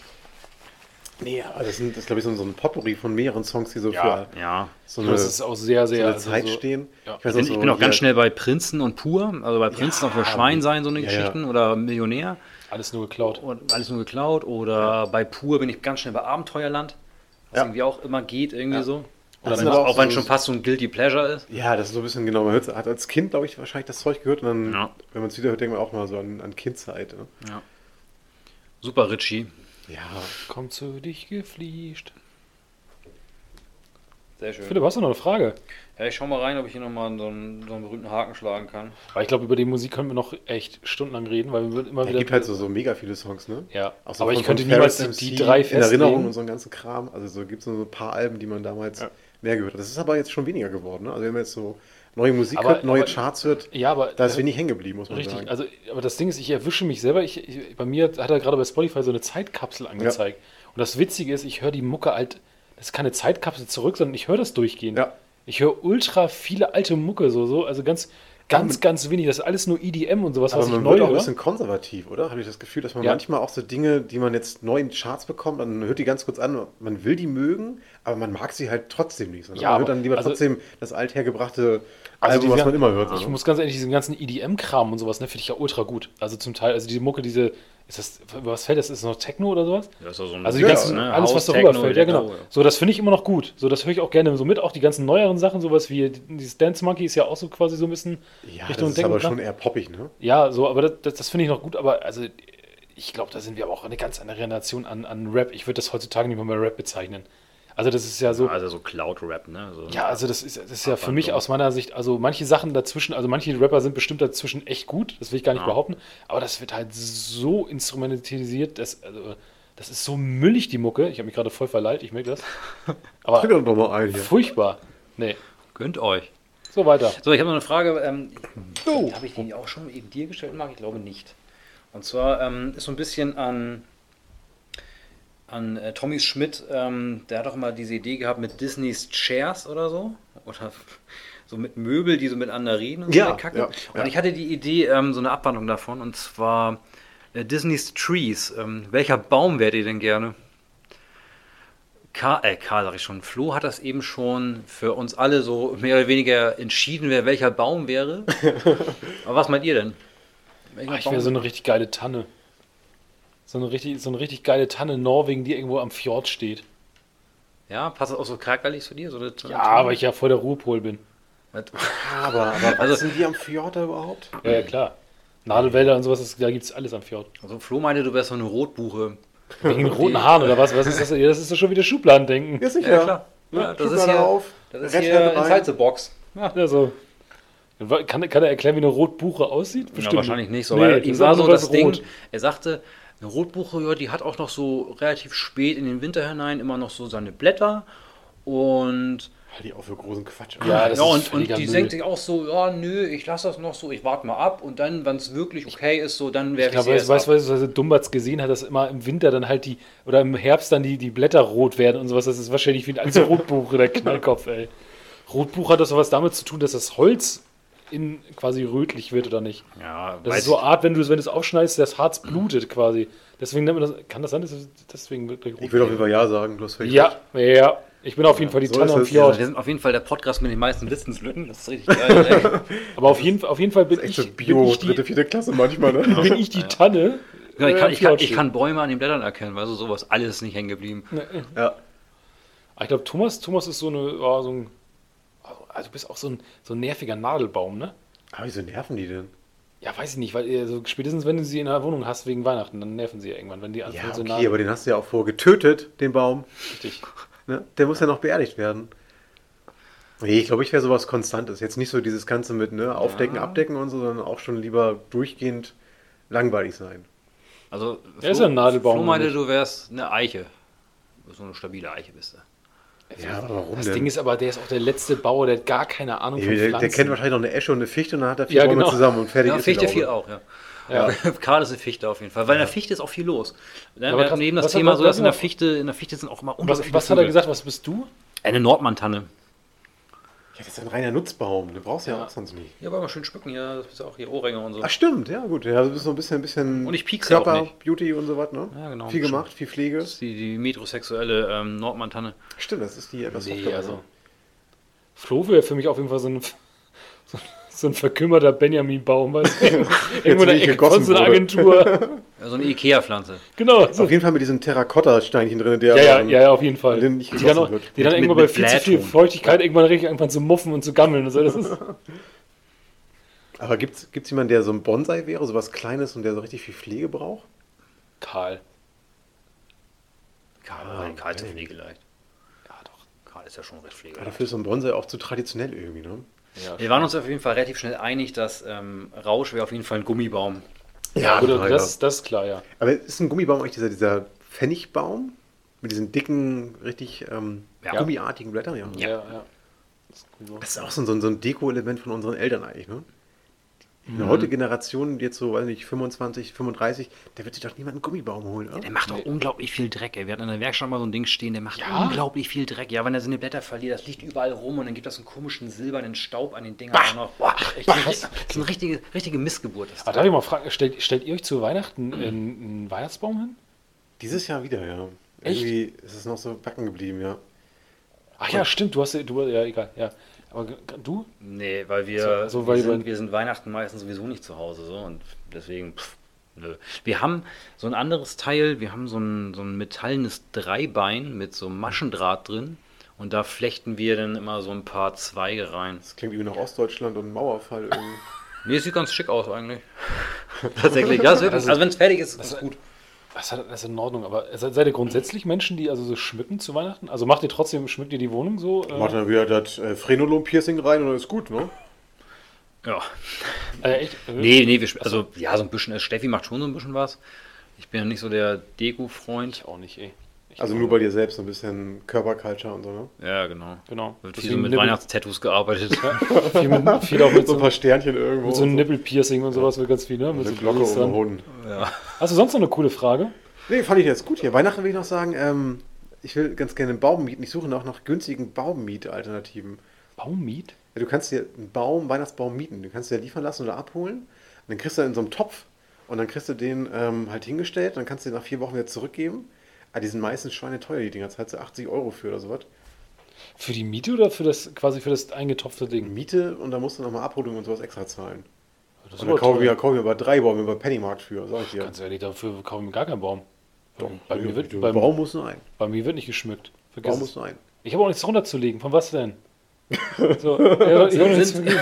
Nee, aber das, sind, das ist, glaube ich, so so ein Potpourri von mehreren Songs, die so für ja. so eine, das ist auch sehr, so sehr. eine also Zeit so, stehen. ja. weiß Ich bin, so ich bin auch ganz hier- schnell bei Prinzen und Pur, also bei Prinzen auf der Schwein sein, so eine ja, ja. Geschichten, oder Millionär Alles nur geklaut. und alles nur geklaut, oder bei Pur bin ich ganz schnell bei Abenteuerland, was Ja. irgendwie auch immer geht, irgendwie so. Das Oder sind wenn, aber auch auch, wenn so- schon fast so ein Guilty Pleasure ist. Ja, das ist so ein bisschen genau. Man hört, hat als Kind, glaube ich, wahrscheinlich das Zeug gehört und dann, Ja. wenn man es wieder hört, denkt man auch mal so an, an Kindzeit. Ne? Super Richie. Ja, Komm zu dich gefliegt. Sehr schön. Philipp, hast du noch eine Frage? Ja, ich schau mal rein, ob ich hier nochmal so, einen- so einen berühmten Haken schlagen kann. Aber ich glaube, über die Musik können wir noch echt stundenlang reden, weil wir würden immer es wieder. gibt halt so, so mega viele Songs, ne? ja, Auch so aber von- ich könnte von niemals Ferris die, die MC drei in Erinnerung und festlegen. so einen ganzen Kram. Also so gibt es so ein paar Alben, die man damals mehr gehört hat. Das ist aber jetzt schon weniger geworden. Ne? Also wenn man jetzt so neue Musik Aber- hört, neue aber- Charts hört, Ja, aber da ist wenig hängen geblieben, muss man Richtig, sagen. also, aber das Ding ist, ich erwische mich selber. Ich, ich, bei mir hat er gerade bei Spotify so eine Zeitkapsel angezeigt. Und das Witzige ist, ich höre die Mucke halt, das ist keine Zeitkapsel zurück, sondern ich höre das durchgehend. Ja. Ich höre ultra viele alte Mucke, so, so, also ganz, ganz, ganz wenig. Das ist alles nur EDM und sowas, aber was ich man neu wird auch ein höre. bisschen konservativ, oder? Habe ich das Gefühl, dass man Ja. manchmal auch so Dinge, die man jetzt neu in Charts bekommt, dann hört die ganz kurz an, man will die mögen, aber man mag sie halt trotzdem nicht. sondern Ja, man hört aber- dann lieber also- trotzdem das althergebrachte Also Album, die was werden- man immer hört. ne? Ich oder? muss ganz ehrlich, diesen ganzen EDM-Kram und sowas, ne, finde ich ja ultra gut. Also zum Teil, also diese Mucke, diese, ist das, was fällt das? Ist das noch Techno oder sowas? Das ist so ein Also die Ja, ganzen, ne, alles, was House-Techno, darüber fällt, ja genau. Electro, ja. So, das finde ich immer noch gut. So, das höre ich auch gerne so mit. Auch die ganzen neueren Sachen, sowas wie dieses Dance Monkey ist ja auch so quasi so ein bisschen ja, das Richtung ist aber schon Techno. eher poppig, ne? Ja, so, aber das, das, das finde ich noch gut, aber also ich glaube, da sind wir aber auch eine ganz andere Generation an, an Rap. Ich würde das heutzutage nicht mehr mehr Rap bezeichnen. Also das ist ja so. Also so Cloud-Rap, ne? So. Ja, also das ist, das ist ja für Abwandlung. mich aus meiner Sicht, also manche Sachen dazwischen, also manche Rapper sind bestimmt dazwischen echt gut, das will ich gar nicht behaupten, aber das wird halt so instrumentalisiert, dass, also, das ist so müllig, die Mucke. Ich habe mich gerade voll verleiht, ich merke das. Trink Aber doch noch mal ein hier. furchtbar. Nee, Gönnt euch. so weiter. So, ich habe noch eine Frage. Ähm, Habe ich die auch schon eben dir gestellt, Marc? Ich glaube nicht. Und zwar ähm, ist so ein bisschen an, an äh, Tommy Schmidt, ähm, der hat doch mal diese Idee gehabt mit Disneys Chairs oder so. Oder so mit Möbel, die so mit Reden und Ja, so eine Kacke. ja, und ja. ich hatte die Idee, ähm, so eine Abwandlung davon, und zwar äh, Disneys Trees. Ähm, welcher Baum wärt ihr denn gerne? Karl, äh, Karl sag ich schon, Flo hat das eben schon für uns alle so mehr oder weniger entschieden, wer welcher Baum wäre. Aber was meint ihr denn? Welcher Ah, ich wäre so eine richtig geile Tanne. So eine richtig, so eine richtig geile Tanne in Norwegen, die irgendwo am Fjord steht. ja, passt das auch so charakterlich zu dir? So eine Ja, aber ich ja voll der Ruhepol bin. Aber, aber Also- was sind die am Fjord da überhaupt? Ja, ja klar. Nadelwälder und sowas, das, da gibt es alles am Fjord. Also Flo meinte, du wärst so eine Rotbuche. Wegen roten Haaren oder was? Was ist das? denn? Ja, das ist doch schon wieder Schubladendenken. Ja, sicher. Ja, klar. Ja, das Schublade ist hier, auf, das ist Red hier Hand rein. inside the box. Ja, also, kann, kann er erklären, wie eine Rotbuche aussieht? Ja, wahrscheinlich nicht so, Nee, weil das ihm ist war auch so nur was das Ding, rot. er sagte, eine Rotbuche, ja, die hat auch noch so relativ spät in den Winter hinein immer noch so seine Blätter und Halt die auf für großen Quatsch. Ja, das ja, ist und, und völliger die Müll. denkt sich auch so, ja, nö, ich lasse das noch so, ich warte mal ab und dann, wenn es wirklich okay ist, so, dann Ich werfe ich, glaube, sie weiß, erst weiß, ab. weiß, weiß, Dumbatz gesehen hat, dass immer im Winter dann halt die, oder im Herbst dann die, die Blätter rot werden und sowas. Das ist wahrscheinlich wie ein altes Rotbuch der Knallkopf, ey. Rotbuch hat doch sowas damit zu tun, dass das Holz in quasi rötlich wird oder nicht. Ja, Das weiß ist so ich. Art, wenn du es, wenn du es aufschneidest, das Harz blutet quasi. Deswegen nennt man das, kann das sein, dass es deswegen wirklich rot Ich will auf jeden wird? Fall Ja sagen, du hast völlig Ja, ja. Ich bin auf jeden Fall die so Tanne ist am es. ja, Fjord. Also wir sind auf jeden Fall der Podcast mit den meisten Wissenslücken, das ist richtig geil. ey. Aber auf jeden, auf jeden Fall bin Echt ich, so bin Bio, ich die, dritte, vierte Klasse manchmal, ne? bin ich die Tanne. Ja, ich, äh, kann, am ich, kann, Fjord ich steht. kann Bäume an den Blättern erkennen, weil so sowas alles nicht hängen geblieben. ja. Ah, Ich glaube, Thomas, Thomas ist so eine, ja, so ein, also du bist auch so ein, so ein nerviger Nadelbaum, ne? Aber wieso nerven die denn? Ja, weiß ich nicht, weil äh, so spätestens wenn du sie in der Wohnung hast wegen Weihnachten, dann nerven sie ja irgendwann, wenn die anfangen Ja, so okay, Nadeln- aber den hast du ja auch vorher getötet, den Baum. richtig. Ne? Der muss ja noch beerdigt werden. Nee, ich glaube, ich wäre sowas Konstantes. Jetzt nicht so dieses Ganze mit ne, Aufdecken, Abdecken und so, sondern auch schon lieber durchgehend langweilig sein. Also, Er ist ja ein Nadelbaum, Flo meinte, nämlich. du wärst eine Eiche. So eine stabile Eiche bist du. Ja, aber warum Das denn? Ding ist aber, der ist auch der letzte Bauer, der hat gar keine Ahnung ne? Nee, von der, Pflanzen. der kennt wahrscheinlich noch eine Esche und eine Fichte und dann hat er vier Ja, Bäume genau. zusammen und fertig Ja, ist Fichte die viel Laube. auch, ja. Ja. Gerade ist eine Fichte auf jeden Fall, weil in der Fichte ist auch viel los. Ja, aber wir hatten krass, eben das was hat- Thema was so, dass hat in der er- Fichte, in der Fichte sind auch immer unglaublich was, viele was hat er Vögel. gesagt, was bist du? Eine Nordmantanne. Ja, das ist ein reiner Nutzbaum, den brauchst du ja, auch sonst nicht. Ja, aber mal schön schmücken hier, das ist auch hier Ohrringe und so. Ach stimmt, ja gut, ja, das ist so ein bisschen, bisschen Und ich piekse auch Körper, nicht. Beauty und so was, ne? Ja, genau. Viel gemacht, viel Pflege. Das ist die, die metrosexuelle ähm, Nordmantanne. Stimmt, das ist die etwas Nee, softere, also- ne? Flo wäre für mich auf jeden Fall so ein, so, so ein verkümmerter Benjamin-Baum, weißt du? Irgendwo in wie der ich Ecke von gegossen so einer wurde. Agentur. Ja, So eine Ikea-Pflanze. Genau. So. Auf jeden Fall mit diesen Terrakotta-Steinchen drin, der Ja, ja, ähm, ja, ja, auf jeden Fall. den nicht die dann, gegossen auch, wird. die dann Mit- irgendwann mit- bei mit viel zu viel Blähton. Feuchtigkeit irgendwann richtig anfangen zu muffen und zu gammeln. Und so. das ist, Aber gibt's, gibt's jemanden, der so ein Bonsai wäre, sowas Kleines und der so richtig viel Pflege braucht? Karl. Karl, weil Karl ist ja pflegeleicht. Ja, doch. Karl ist ja schon recht Aber pflegeleicht. dafür ist so ein Bonsai auch zu traditionell irgendwie, ne? Wir waren uns auf jeden Fall relativ schnell einig, dass ähm, Rausch wäre auf jeden Fall ein Gummibaum. Ja, Gut, total, das, das ist klar, ja. ja. Aber ist ein Gummibaum eigentlich dieser, dieser Pfennigbaum? Mit diesen dicken, richtig ähm, Ja. gummiartigen Blättern? Ja. Ja, ja. Das ist gut so. Das ist auch so ein, so ein- so ein Deko-Element von unseren Eltern eigentlich, ne? Die heutige Generation, die jetzt so, weiß nicht, 25, 35, der wird sich doch niemand einen Gummibaum holen, oder? Der macht auch unglaublich viel Dreck. Ey. Wir hatten in der Werkstatt mal so ein Ding stehen, der macht unglaublich viel Dreck. Ja, wenn er seine Blätter verliert, das liegt überall rum und dann gibt das einen komischen silbernen Staub an den Dingern auch noch. Boah, echt, das ist eine richtige, richtige Missgeburt. Das Ah, darf ich mal fragen, stellt, stellt ihr euch zu Weihnachten einen, einen Weihnachtsbaum hin? Dieses Jahr wieder, ja. Echt? Irgendwie ist es noch so backen geblieben, ja. Ach ja, stimmt, du hast ja- du, ja, egal, ja. Aber g- du? nee, weil wir, So- so, weil wir, man- sind, wir sind Weihnachten meistens sowieso nicht zu Hause. So, und deswegen, pff, nö. Wir haben so ein anderes Teil, wir haben so ein, so ein metallenes Dreibein mit so einem Maschendraht drin. Und da flechten wir dann immer so ein paar Zweige rein. Das klingt irgendwie nach Ostdeutschland und Mauerfall irgendwie. Nee, sieht ganz schick aus eigentlich. Tatsächlich, ja, also, also wenn es fertig ist, ist es gut. Das hat- das ist in Ordnung, aber se- seid ihr grundsätzlich Menschen, die also so schmücken zu Weihnachten? Also macht ihr trotzdem, schmückt ihr die Wohnung so? Äh, Macht dann wieder das äh, Phrenolom-Piercing rein und dann ist gut, ne? Ja. äh, echt? Äh, Nee, nee, wir, sp- also ja, so ein bisschen. also Steffi macht schon so ein bisschen was. Ich bin ja nicht so der Deko-Freund. Auch nicht, ey. Ich Also nur bei dir selbst so ein bisschen Körperculture und so, ne? Ja, genau. Genau. Wird viel so Deswegen mit nippel- Weihnachtstattoos gearbeitet. viel, mit, viel auch mit So ein so, paar Sternchen irgendwo. mit so einem und Nippelpiercing und sowas wird ganz viel, ne? so. Mit so Eine Glocke Babys um den dran. Hoden. Hast du sonst noch eine coole Frage? Nee, fand ich jetzt gut hier. Weihnachten will ich noch sagen, ähm, ich will ganz gerne einen Baummieten. Ich suche auch nach günstigen Baummiet-Alternativen. Baummiet? Ja, du kannst dir einen Baum, Weihnachtsbaum mieten. Du kannst dir liefern lassen oder abholen. Und dann kriegst du den in so einem Topf. Und dann kriegst du den ähm, halt hingestellt. Dann kannst du den nach vier Wochen wieder zurückgeben. Ah, die sind meistens schweineteuer, die Dinger. Zahlst du 80 Euro für oder sowas. Für die Miete oder für das quasi für das eingetopfte Ding? Miete und dann musst du nochmal Abholung und sowas extra zahlen. Das Und ist dann aber kaufen teuer. wir, kaufen wir aber drei Bäume bei Pennymarkt für, sag ich dir. Ganz ehrlich, dafür kaufen wir gar keinen Baum. bei, mir wird, Der beim, Baum muss nur ein. bei mir wird nicht geschmückt. Vergiss Baum es. muss nur ein. Ich habe auch nichts runterzulegen. Von was denn? so, ja, ich hab nichts vergeben.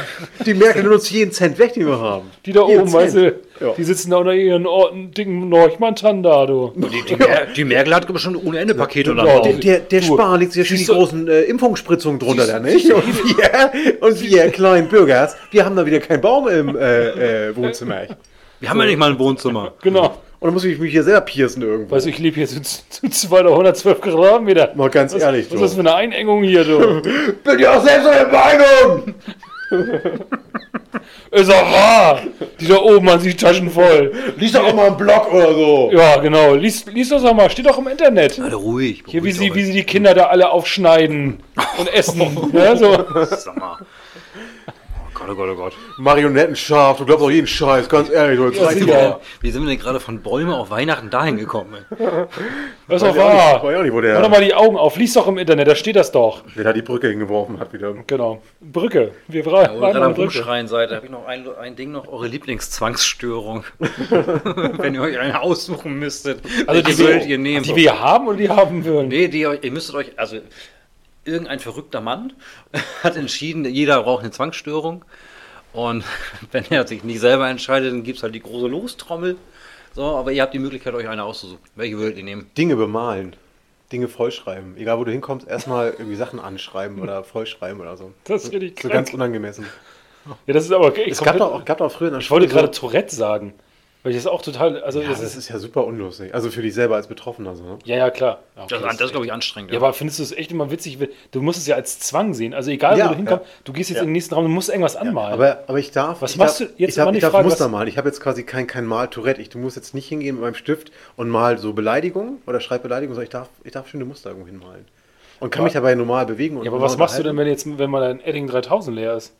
Die Merkel nimmt uns jeden Cent weg, den wir haben. die da Jeden oben, weißt Cent. du. Ja. Die sitzen da unter ihren Or dicken Norchmann-Tandado. Die, die, Mer die Merkel hat bestimmt ohne Ende Pakete oder Ja. genau. Der, so. der, der Du, Spahn legt sich ja schon die siehst du- großen äh, Impfungsspritzungen drunter, da, nicht? Und wir, und wir kleinen Bürgers, wir haben da wieder keinen Baum im äh, äh, Wohnzimmer. Und Wir haben ja nicht mal ein Wohnzimmer. Genau. dann muss ich mich hier selber piercen irgendwo. Weißt du, ich lebe hier zu, zu 212 Gramm wieder. Mal ganz was, ehrlich, Was ist du. das für eine Einengung hier, du? bin ja auch selbst eine Meinung! ist doch wahr! Die da oben hat sich die Taschen voll. Lies doch auch mal einen Blog oder so. Ja, genau. Lies, lies das doch mal. Steht doch im Internet. Alle ruhig. Hier, wie beruhigt sie, euch. wie sie die Kinder da alle aufschneiden und essen. ja, so. Sag mal. Oh Gott, oh Gott, oh Gott. Marionettenscharf, du glaubst doch jeden Scheiß, ganz ehrlich, du. Ja, Zeig dir sicher. mal. Wie sind wir denn gerade von Bäume auf Weihnachten dahin gekommen? ey? Das ist Weiß doch ich auch nicht, wahr. weiß ich auch nicht, wo Mach der, doch mal die Augen auf. Lies doch im Internet, da steht das doch. wer da die Brücke hingeworfen hat wieder. Genau. Brücke. Wir bra- Wo waren ihr gerade am an Brücke. Rumschreien seid, da habe ich noch ein, ein Ding noch, eure Lieblingszwangsstörung. Wenn ihr euch eine aussuchen müsstet, Also die, welche wir, würdet ihr nehmen. die wir haben oder die haben würden. Nee, die, euch- ihr müsstet euch, also irgendein verrückter Mann hat entschieden, jeder braucht eine Zwangsstörung. Und wenn er sich nicht selber entscheidet, dann gibt es halt die große Lostrommel. So, aber ihr habt die Möglichkeit, euch eine auszusuchen. Welche würdet ihr nehmen? Dinge bemalen. Dinge vollschreiben. Egal wo du hinkommst, erstmal irgendwie Sachen anschreiben oder vollschreiben oder so. Das ist richtig So krank. ganz unangemessen. Ja, das ist aber okay. Es gab doch, auch- gab doch früher in der Ich wollte Schule so- gerade Tourette sagen. Weil ich das auch total. Also, Ja, das das ist ja super unlustig. Also für dich selber als Betroffener. So, ne? ja, ja, klar. Ja, okay, Das, das ist, glaube ich, anstrengend. Ja, aber findest du es echt immer witzig? Du musst es ja als Zwang sehen. Also egal, Ja, wo du hinkommst, ja. du gehst jetzt Ja. in den nächsten Raum, du musst irgendwas anmalen. Aber, aber ich darf. Was ich machst darf, du- jetzt Ich darf, mal die ich darf Frage, Muster was- malen. Ich habe jetzt quasi kein, kein Mal-Tourette. Ich du musst jetzt nicht hingehen mit meinem Stift und mal so Beleidigungen oder schreib Beleidigungen, sondern ich darf, ich darf schöne Muster irgendwo hinmalen. Und kann mich dabei normal bewegen. Und ja, aber was normal machst du denn, wenn jetzt, wenn mal dein Edding 3000 leer ist?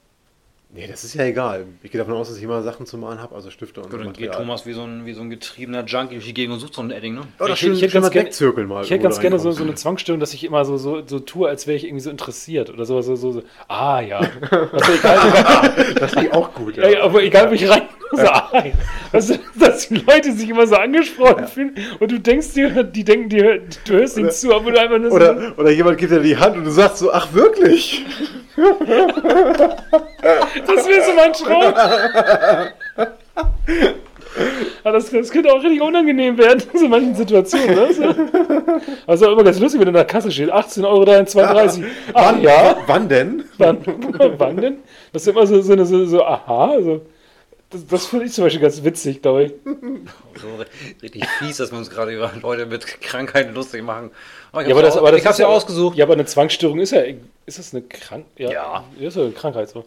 Nee, das ist ja egal. Ich gehe davon aus, dass ich immer Sachen zu malen habe, also Stifte und Gut, dann geht Material. Thomas wie so ein, wie so ein getriebener Junkie durch die Gegend und sucht so einen Edding, ne? Oder Ich- schön, ich hätte schön ganz mal gerne- wegzirkeln mal. Ich hätte wo du ganz gerne so, so eine reinkommst. Zwangsstellung, dass ich immer so, so, so tue, als wäre ich irgendwie so interessiert oder sowas. So, so, so. Ah, ja. Das ist egal, Das ist auch gut. Ey, aber egal, wie ich rein so ein. Weißt du, dass die Leute sich immer so angesprochen fühlen und du denkst dir, die denken dir, du hörst ihnen zu, aber du einfach nur so. Oder, oder jemand gibt dir die Hand und du sagst so, ach wirklich? Das wäre so mein Traum. Aber das, das könnte auch richtig unangenehm werden in so manchen Situationen. Ne? So. Also immer ganz lustig, wenn du in der Kasse steht, 18 Euro da in 32. Ach ja, Wann denn? wann, wann denn? Das ist immer so, so, eine- so, so aha. So. Das, das finde ich zum Beispiel ganz witzig, glaube ich. So richtig fies, dass wir uns gerade über Leute mit Krankheiten lustig machen. Oh, ich Ja, aber das, aber das ich hab's ist ja ausgesucht. Ja, aber eine Zwangsstörung ist ja, ist das eine Krank? Ja. Ist ja eine Krankheit so.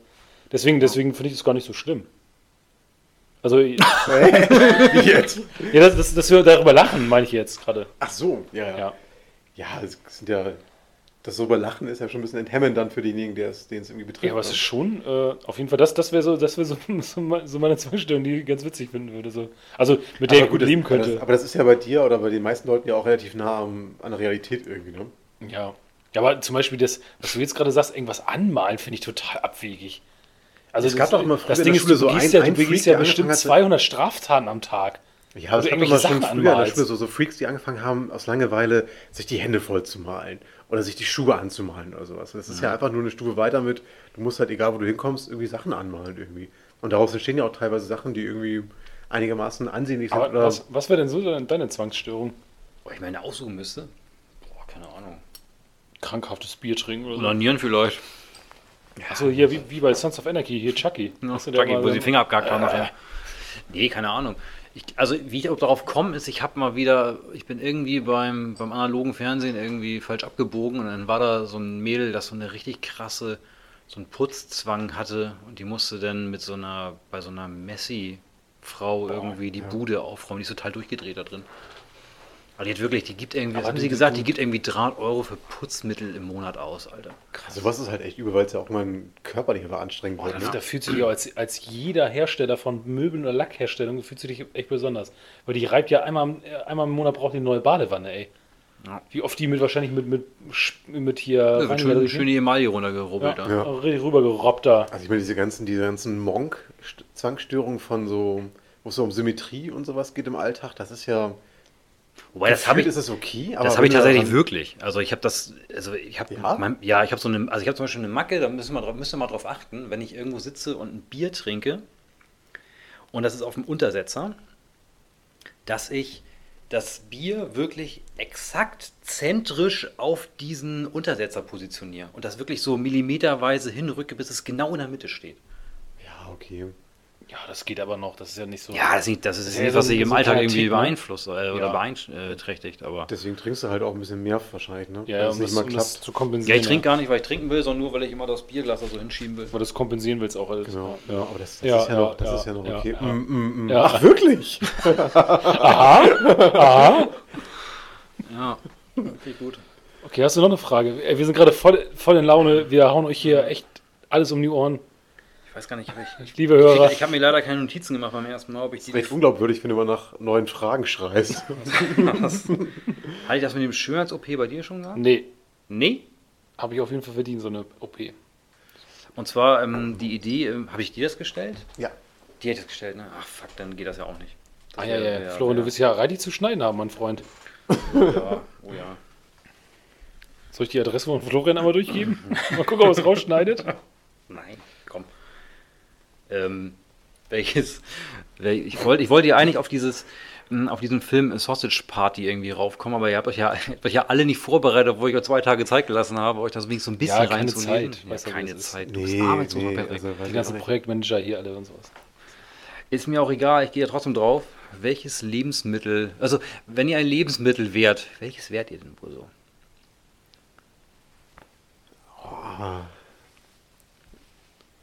Deswegen, deswegen finde ich das gar nicht so schlimm. Also, ja, Jetzt. das, das, dass wir darüber lachen, meine ich jetzt gerade. Ach so, ja, ja. Ja. Ja, das sind ja. Das so überlachen ist ja schon ein bisschen enthemmend dann für denjenigen, der es, den es irgendwie betrifft. ne? Ja, aber es ist schon, äh, auf jeden Fall, das, das wäre so, das wäre so, so, me- so meine Zwangsstörung, die ich ganz witzig finden würde. So. Also, mit der Aber ich gut leben könnte. Das, aber das ist ja bei dir oder bei den meisten Leuten ja auch relativ nah am, an der Realität irgendwie, ne? Ja. Ja, aber zum Beispiel das, was du jetzt gerade sagst, irgendwas anmalen, finde ich total abwegig. Also Es gab doch immer früher das in Ding der ist, Schule du so begehst ein- ja, ein du begehst Freak, der ja bestimmt angefangen hat- 200 Straftaten am Tag. Ja, aber Also Oder es gab doch mal irgendwelche schon Sachen früher in der anmalst. Schule so, so Freaks, die angefangen haben, aus Langeweile sich die Hände voll zu malen oder sich die Schuhe anzumalen oder sowas. Und Das ist Mhm. ja einfach nur eine Stufe weiter mit, du musst halt, egal wo du hinkommst, irgendwie Sachen anmalen irgendwie. Und daraus entstehen ja auch teilweise Sachen, die irgendwie einigermaßen ansehnlich sind. Aber Oder was, was wäre denn so deine, deine Zwangsstörung? Oh, ich meine, aussuchen müsste. Boah, keine Ahnung. Krankhaftes Bier trinken oder so. Oder Nieren vielleicht. Achso, hier wie, wie bei Sons of Anarchy, hier Chucky. Ja, Hast du da Chucky, mal wo so- sie den Finger abgehackt haben. nachher. Nee, keine Ahnung. Ich, also, wie ich auch darauf komme, ist, ich habe mal wieder, ich bin irgendwie beim, beim analogen Fernsehen irgendwie falsch abgebogen und dann war da so ein Mädel, das so eine richtig krasse, so einen Putzzwang hatte und die musste dann mit so einer, bei so einer Messi-Frau irgendwie die Bude aufräumen. Die ist total durchgedreht da drin. Aber die hat wirklich, die gibt irgendwie, was Aber haben die- sie gesagt, die gibt irgendwie 300 Euro für Putzmittel im Monat aus, Alter. Also was ist halt echt übel, weil es ja auch immer körperlich aber anstrengend Oh, wird. Also, ne? Da fühlst du dich auch als, als jeder Hersteller von Möbeln oder Lackherstellung, fühlst du dich echt besonders. Weil die reibt ja einmal, am- äh, einmal im Monat braucht die eine neue Badewanne, ey. Ja. Wie oft die mit wahrscheinlich mit, mit, Sch- mit hier Da wird schön, Reiniger- schön die Emaille runtergerubbelt. ja, da. Ja. richtig rübergerobbt da. Also ich meine, diese ganzen, diese ganzen Monk-Zwangsstörungen von so, wo es so um Symmetrie und sowas geht im Alltag, das ist ja, Wobei, das habe ich, gefühlt ist es okay, aber Das habe ich wenn du tatsächlich daran- wirklich. Also ich habe das, also ich habe, Ja? mein- ja, ich habe so eine, also ich habe zum Beispiel eine Macke, da müssen wir, drauf- müssen wir mal drauf achten, wenn ich irgendwo sitze und ein Bier trinke und das ist auf dem Untersetzer, dass ich das Bier wirklich exakt zentrisch auf diesen Untersetzer positioniere und das wirklich so millimeterweise hinrücke, bis es genau in der Mitte steht. Ja, okay. Ja, das geht aber noch. Das ist ja nicht so. Ja, das ist, nicht, das ist Ja, nicht, so- was sich im so Alltag kleiner irgendwie Tick, ne? beeinflusst äh, oder Ja. beeinträchtigt, aber. Deswegen trinkst du halt auch ein bisschen mehr wahrscheinlich, ne? ja, ja, es um, das, nicht mal um das klappt. zu kompensieren. Ja, ich trinke gar nicht, weil ich trinken will, sondern nur, weil ich immer das Bierglas da so hinschieben will. Weil das kompensieren willst auch alles. Genau. Ja. Ja, aber das, das Ja, ist ja, ja, noch, das ja, ist ja noch ja, okay. ja. Mm, mm, mm. Ja. Ach, wirklich? Ah. Ja, okay, gut. Okay, hast du noch eine Frage? Ey, Wir sind gerade voll, voll in Laune. Wir hauen euch hier echt alles um die Ohren. Ich weiß gar nicht, ob ich. Ich, Liebe Hörer. ich habe mir leider keine Notizen gemacht beim ersten Mal, ob ich die. Recht unglaubwürdig, wenn du mal nach neuen Fragen schreist. Was? Hatte ich das mit dem Schönheits-OP bei dir schon gesagt? Nee, Nee. habe ich auf jeden Fall verdient, so eine OP. Und zwar ähm, die Idee, ähm, habe ich dir das gestellt? ja. Die hat das gestellt, ne? Ach fuck, dann geht das ja auch nicht. Ah, ja, ja, Ja, Florian, ja. du wirst ja Reidi zu schneiden haben, mein Freund. Ja, oh ja. Soll ich die Adresse von Florian einmal durchgeben? Mal gucken, ob er es rausschneidet. Nein, komm. Ähm, welches? Wel ich wollte ich wollte ja eigentlich auf dieses mh, auf diesen Film Sausage Party irgendwie raufkommen, aber ihr habt euch ja, habt euch ja alle nicht vorbereitet, obwohl ich euch zwei Tage Zeit gelassen habe, euch das wenigstens so ein bisschen Ja, keine reinzulegen. Zeit, Ja, weißt du, keine das ist- Zeit. Du bist Nee, arbeitslos, nee, Patrick. also, weiß Die ich ganzen auch nicht. Projektmanager hier alle und sowas. Ist mir auch egal, ich gehe ja trotzdem drauf. Welches Lebensmittel, also wenn ihr ein Lebensmittel wärt, welches wärt ihr denn wohl so?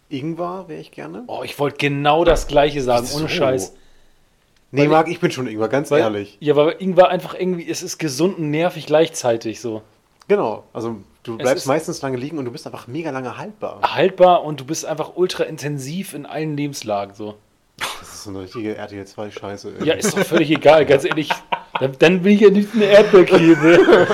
Ingwer wäre ich gerne. Oh, ich wollte genau das Gleiche sagen, ohne Scheiß. Nee, Marc, ich bin schon Ingwer, ganz Weil, ehrlich. Ja, weil Ingwer einfach irgendwie, es ist gesund und nervig gleichzeitig so. Genau. Also du bleibst ist- meistens lange liegen und du bist einfach mega lange haltbar. Haltbar und du bist einfach ultra intensiv in allen Lebenslagen so. Das ist so eine richtige RTL 2-Scheiße. Ja, ist doch völlig egal, ganz ehrlich. Dann, dann will ich ja nicht eine Erdbeerkäse.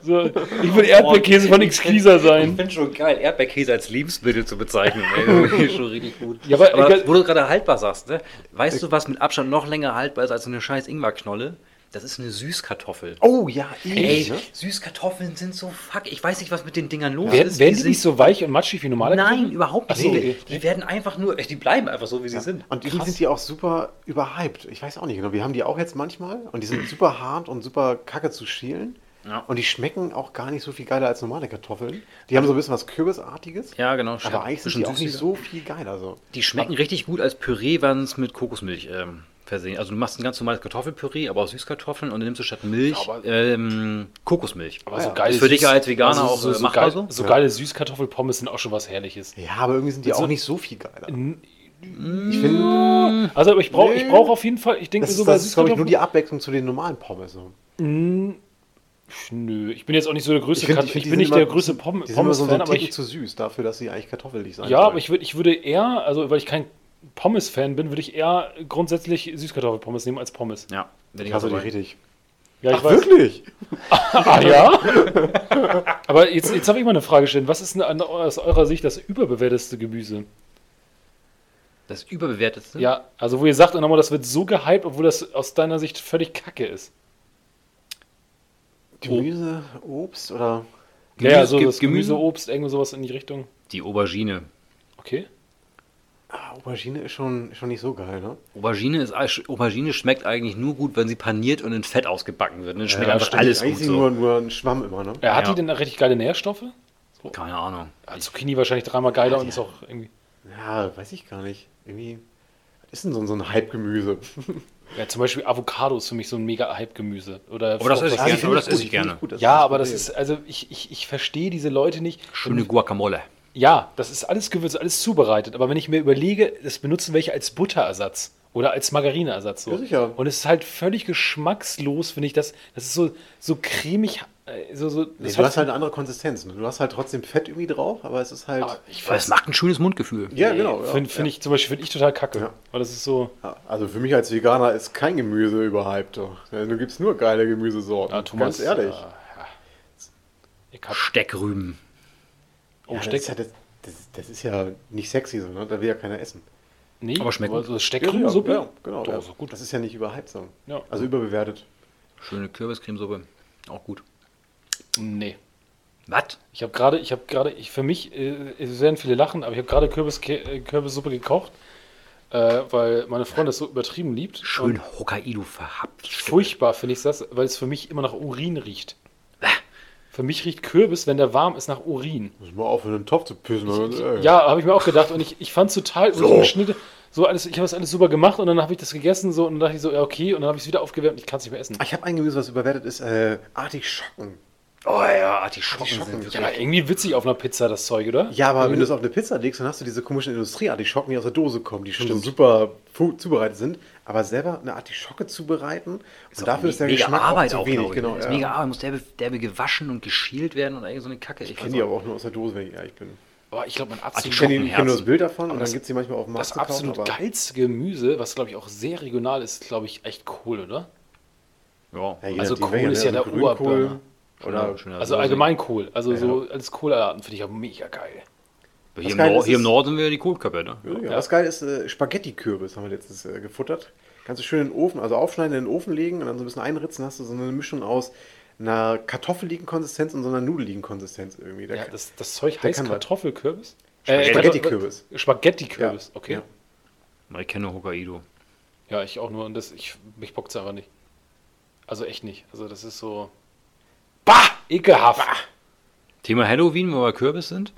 so, ich will Erdbeerkäse von X-Kieser Ich sein. finde schon geil, Erdbeerkäse als Lebensmittel zu bezeichnen. Ey, das ist schon richtig gut. Ja, aber- aber wo du gerade haltbar sagst, ne? weißt du, was mit Abstand noch länger haltbar ist als so eine scheiß Ingwerknolle? Das ist eine Süßkartoffel. Oh ja, Ey, ewig, ne? Süßkartoffeln sind so fuck. Ich weiß nicht, was mit den Dingern los Werden, ist. werden Die die nicht sind- so weich und matschig wie normale Nein, Kartoffeln? überhaupt nicht. Ach so, die, okay. die werden einfach nur, die bleiben einfach so, wie sie sind. Und irgendwie sind die auch super überhyped. Ich weiß auch nicht genau. Wir haben die auch jetzt manchmal und die sind super hart und super kacke zu schälen. Ja. Und die schmecken auch gar nicht so viel geiler als normale Kartoffeln. Die haben so ein bisschen was Kürbisartiges. Ja, genau. Aber eigentlich sind die auch nicht so viel geiler. So. Die schmecken richtig gut als Püree, wenn es mit Kokosmilch ähm, versehen. Also du machst ein ganz normales Kartoffelpüree, aber aus Süßkartoffeln und dann nimmst du statt Milch ähm, Kokosmilch. Aber Ah Ja. geile Ist für dich Süß- Also als Veganer auch, äh, so, machbar geil, so? so geile Süßkartoffelpommes sind auch schon was Herrliches. Ja, aber irgendwie sind die auch nicht so viel geiler. Ich finde, Also aber ich brauche ich brauch auf jeden Fall, ich denke Hm. das mir ist, so bei das ist glaube ich, nur Süßkartoffeln. die Abwechslung zu den normalen Pommes. So. Nö, ich bin jetzt auch nicht so der größte find- Kat- Ich, find, die sind bin nicht der immer- größte Die sind immer so Pommes-Fan, ein aber Ticken ich, zu süß dafür, dass sie eigentlich kartoffelig sein ja, sollen. aber ich, würd, ich würde eher, also weil ich kein Pommes-Fan bin, würde ich eher grundsätzlich Süßkartoffelpommes nehmen als Pommes. Ja, wenn Ich ich hasse die also richtig. Ja, ich Ach, wirklich? Ah ja? aber jetzt, jetzt habe ich mal eine Frage stellen. Was ist denn an- aus eurer Sicht das überbewerteste Gemüse? Das überbewertetste. Hm? Ja, also wo ihr sagt nochmal, das wird so gehypt, obwohl das aus deiner Sicht völlig kacke ist. Oh. Gemüse, Obst oder. Gemüse, ja, so Gemüse- das Gemüse, Gemüse? Obst, irgendwie sowas in die Richtung. Die Aubergine. Okay. Ah, Aubergine ist schon, schon nicht so geil, ne? Aubergine, ist, Aubergine schmeckt eigentlich nur gut, wenn sie paniert und in Fett ausgebacken wird. Dann schmeckt Ja, einfach stimmt. alles Eigentlich gut sind so. nur, nur ein Schwamm immer, ne? Ja, hat Ja. die denn da richtig geile Nährstoffe? Keine Ahnung. Ja, Zucchini wahrscheinlich dreimal geiler und ist auch irgendwie. Ja, weiß ich gar nicht. Irgendwie. Was ist denn so ein, so ein Hype-Gemüse? Ja, zum Beispiel Avocado ist für mich so ein mega Hype-Gemüse. Oder Aber das esse ich die Fruchtwasser. gerne. finde aber das gut, esse ich die finde gerne. gut, Ja, das aber das Problem. ist, also ich, ich, ich verstehe diese Leute nicht. Schöne Guacamole. Ja, das ist alles Gewürz, alles zubereitet. Aber wenn ich mir überlege, das benutzen welche als Butterersatz oder als Margarineersatz. So. Ja, sicher. Und es ist halt völlig geschmackslos, finde ich. Das, das ist so, so cremig. äh, So, so, Nee, das du hat- hast halt eine andere Konsistenz. Ne? Du hast halt trotzdem Fett irgendwie drauf, aber es ist halt. Ah, ich Aber es macht ein schönes Mundgefühl. ja, genau. Ja, Finde find ja. ich zum Beispiel find ich total kacke. Ja. Weil das ist so. Ja, Also für mich als Veganer ist kein Gemüse überhyped. Doch. Ja, Du gibst nur geile Gemüsesorten. Ja, Thomas, ganz ehrlich. äh, Ich hab, Steckrüben. oh, ja, das, Steck. ist ja, das, das, das ist ja nicht sexy, so, ne? da will ja keiner essen. nee, aber schmeckt So ja, Steckrübensuppe? ja, genau. Doch, ja. so gut. Das ist ja nicht überhyped, so. Ja. Also überbewertet. Schöne Kürbiscremesuppe. Auch gut. nee. Was? Ich habe gerade, ich habe gerade, ich für mich, äh, es werden viele lachen, aber ich habe gerade Kürbis, Ke- äh, Kürbissuppe gekocht äh, weil meine Freundin das so übertrieben liebt. Schön Und Hokkaido verhappt. furchtbar finde ich das, weil es für mich immer nach Urin riecht. Für mich riecht Kürbis, wenn der warm ist, nach Urin. Muss mal aufhören, den Topf zu pissen. Ey. Ja, habe ich mir auch gedacht. Und ich, ich fand es total so. Schnitte, so alles, ich habe das alles super gemacht und dann habe ich das gegessen so, und dann dachte ich so, ja, okay, und dann habe ich es wieder aufgewärmt und ich kann es nicht mehr essen. Ah, Ich habe ein Gemüse, was überwertet ist. Äh, Artischocken. Oh ja, die Schocken Artischocken. sind. Ja, irgendwie witzig auf einer Pizza, das Zeug, oder? Ja, aber wenn du es auf eine Pizza legst, dann hast du diese komischen Industrieartischocken, die aus der Dose kommen, die schon so super fu- zubereitet sind. Aber selber eine Artischocke zubereiten, und dafür ist der mega Geschmack auch Arbeit zu auch, wenig. glaube ich. genau, ist ja. mega Arbeit, muss derbe, derbe gewaschen und geschielt werden und eigentlich so eine Kacke. Ich kenne die aber auch nur aus der Dose, wenn ich ehrlich bin. Boah, ich glaube, mein absolut, Ich kenne Schockenherzen. kenn nur das Bild davon Aber und das- dann gibt es die manchmal auf dem Markt das zu kaufen, absolut aber- geilste Gemüse, was glaube ich auch sehr regional ist, glaube ich, echt Kohl, oder? Ja, Ja, je Also nachdem, Kohl welcher, ist ne? ja Also der Urburner. Oder Schöner Also Soße. allgemein Kohl. Also so als Kohlarten finde ich ja mega geil. Hier, im Geile Nor ist hier im es- Norden sind wir die Kohlköpfe, ne? Ja, Was geil ist, äh, Spaghetti-Kürbis haben wir letztens äh, gefuttert. Kannst du schön in den Ofen, also aufschneiden, in den Ofen legen und dann so ein bisschen einritzen, hast du so eine Mischung aus einer kartoffeligen Konsistenz und so einer nudeligen Konsistenz irgendwie. Der Ja, kann- das, das Zeug der heißt kann was. Kartoffelkürbis? Spaghetti-Kürbis. Äh, Spaghetti-Kürbis, Ja, okay. Ja. ja. Ich kenne Hokkaido. ich auch nur. Und das, ich, mich bockt es einfach nicht. Also echt nicht. Also das ist so. Bah! Ekelhaft! Thema Halloween, wo wir bei Kürbis sind.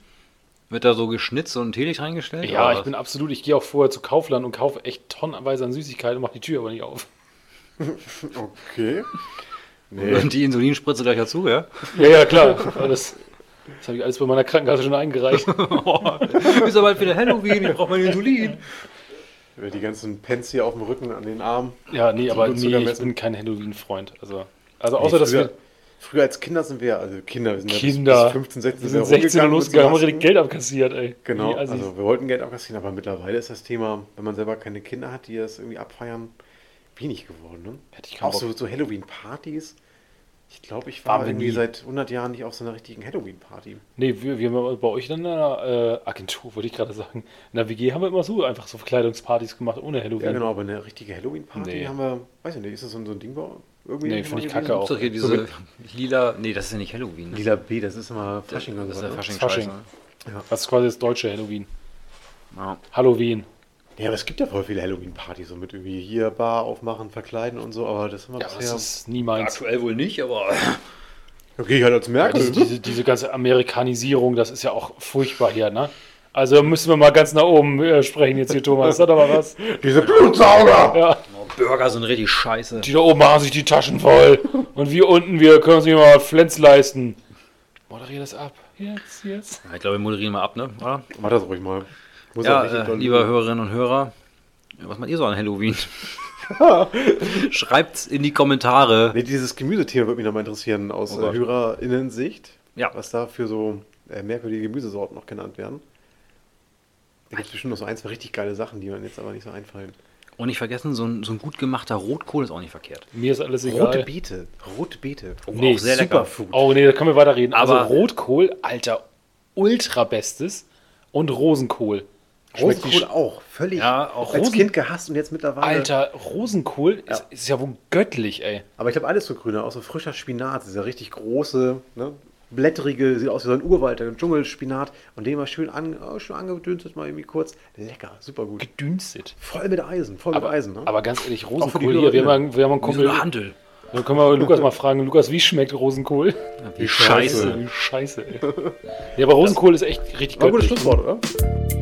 Wird da so geschnitzt und Teelicht reingestellt? Ja, oder ich was? bin absolut. Ich gehe auch vorher zu Kaufland und kaufe echt tonnenweise an Süßigkeiten und mache die Tür aber nicht auf. Okay. Nee. Und die Insulinspritze gleich dazu, ja? Ja, ja, klar. Aber Das, das habe ich alles bei meiner Krankenkasse schon eingereicht. Oh, Ist aber bald wieder Halloween, ich brauche mein Insulin. Die ganzen Pens hier auf dem Rücken, an den Armen. Ja, nee, aber nee, ich Blutzuckermessen. bin kein Halloween-Freund. Also, also außer, dass früher, wir früher als Kinder sind wir, also Kinder, wir sind ja bis- Kinder, bis 15, 16 wir sind wir 16 rumgegangen und mit losgegangen, haben so richtig Masken. Geld abkassiert, ey. Genau, Die Assis. also wir wollten Geld abkassieren, aber mittlerweile ist das Thema, wenn man selber keine Kinder hat, die das irgendwie abfeiern, wenig geworden. Ne? Hätte ich keinen auch so, Bock. so Halloween-Partys. Ich glaube, ich war Waren wir irgendwie nie. seit 100 Jahren nicht auf so einer richtigen Halloween-Party. Nee, wir, wir haben bei euch in einer äh, Agentur, wollte ich gerade sagen. In der WG haben wir immer so einfach so Verkleidungspartys gemacht, ohne Halloween. Ja, genau, aber eine richtige Halloween-Party Nee. haben wir, weiß ich nicht, ist das so ein, so ein Ding bei irgendwie? Nee, mal finde ich gewesen? kacke auch. Gibt's doch hier diese lila. Nee, das ist ja nicht Halloween. ne? Lila B, das ist immer Fasching oder Das ist so. ja ne? Fasching. Fasching. Scheiße. Das ist quasi das deutsche Halloween. Ja. Halloween. Ja, aber es gibt ja voll viele Halloween-Partys, so mit irgendwie hier Bar aufmachen, verkleiden und so, aber das haben wir Ja, aber das bisher. ist nie meins. Aktuell wohl nicht, aber. Okay, ich halt als Merkel. Diese, ne? diese, diese ganze Amerikanisierung, das ist ja auch furchtbar hier, ne? Also müssen wir mal ganz nach oben äh, sprechen jetzt hier, Thomas. Sag doch mal was. Diese Blutsauger! Ja, Oh, Burger sind richtig scheiße. die da oben machen sich die Taschen voll. Und wir unten, wir können uns nicht mal Flens leisten. Moderier das ab. Jetzt, jetzt. Ja, ich glaube, wir moderieren mal ab, ne? Oder? Mach das ruhig mal. Muss Ja, auch nicht äh, doll- lieber Hörerinnen und Hörer, was macht ihr so an Halloween? Schreibt's in die Kommentare. Nee, dieses Gemüsethema würde mich nochmal interessieren aus Oh Gott. äh, HörerInnensicht. Ja. Was da für so äh, merkwürdige Gemüsesorten noch genannt werden. Da gibt es bestimmt noch so ein, zwei richtig geile Sachen, die mir jetzt aber nicht so einfallen. Und nicht vergessen, so ein, so ein gut gemachter Rotkohl ist auch nicht verkehrt. Mir ist alles egal. Rote Beete. Rote Beete. Oh, Nee, auch sehr lecker. Superfood. Oh nee, da können wir weiterreden. Aber- also Rotkohl, alter, ultra bestes und Rosenkohl. Schmeckt die Rosenkohl auch. Völlig Ja, auch als Rosen- Kind gehasst und jetzt Sch- mittlerweile. Alter, Rosenkohl Ist, ist ja wohl göttlich, ey. Aber ich habe alles so grüne, auch so frischer Spinat, dieser richtig große, ne? blättrige, sieht aus wie so ein Urwald, ein Dschungelspinat und den mal schön, an, oh, schön angedünstet, mal irgendwie kurz. Lecker, super gut. Gedünstet. Voll mit Eisen, voll Aber, mit Eisen. Ne? aber ganz ehrlich, Rosenkohl die hier, wir haben, Hörer, einen- wir haben einen Wie so Kumpel. eine Handel. Dann können wir Lukas mal fragen, Lukas, wie schmeckt Rosenkohl? Wie scheiße. Wie scheiße, ey. Nee, aber Rosenkohl ist echt richtig War ein gutes göttlich. Schlusswort, oder?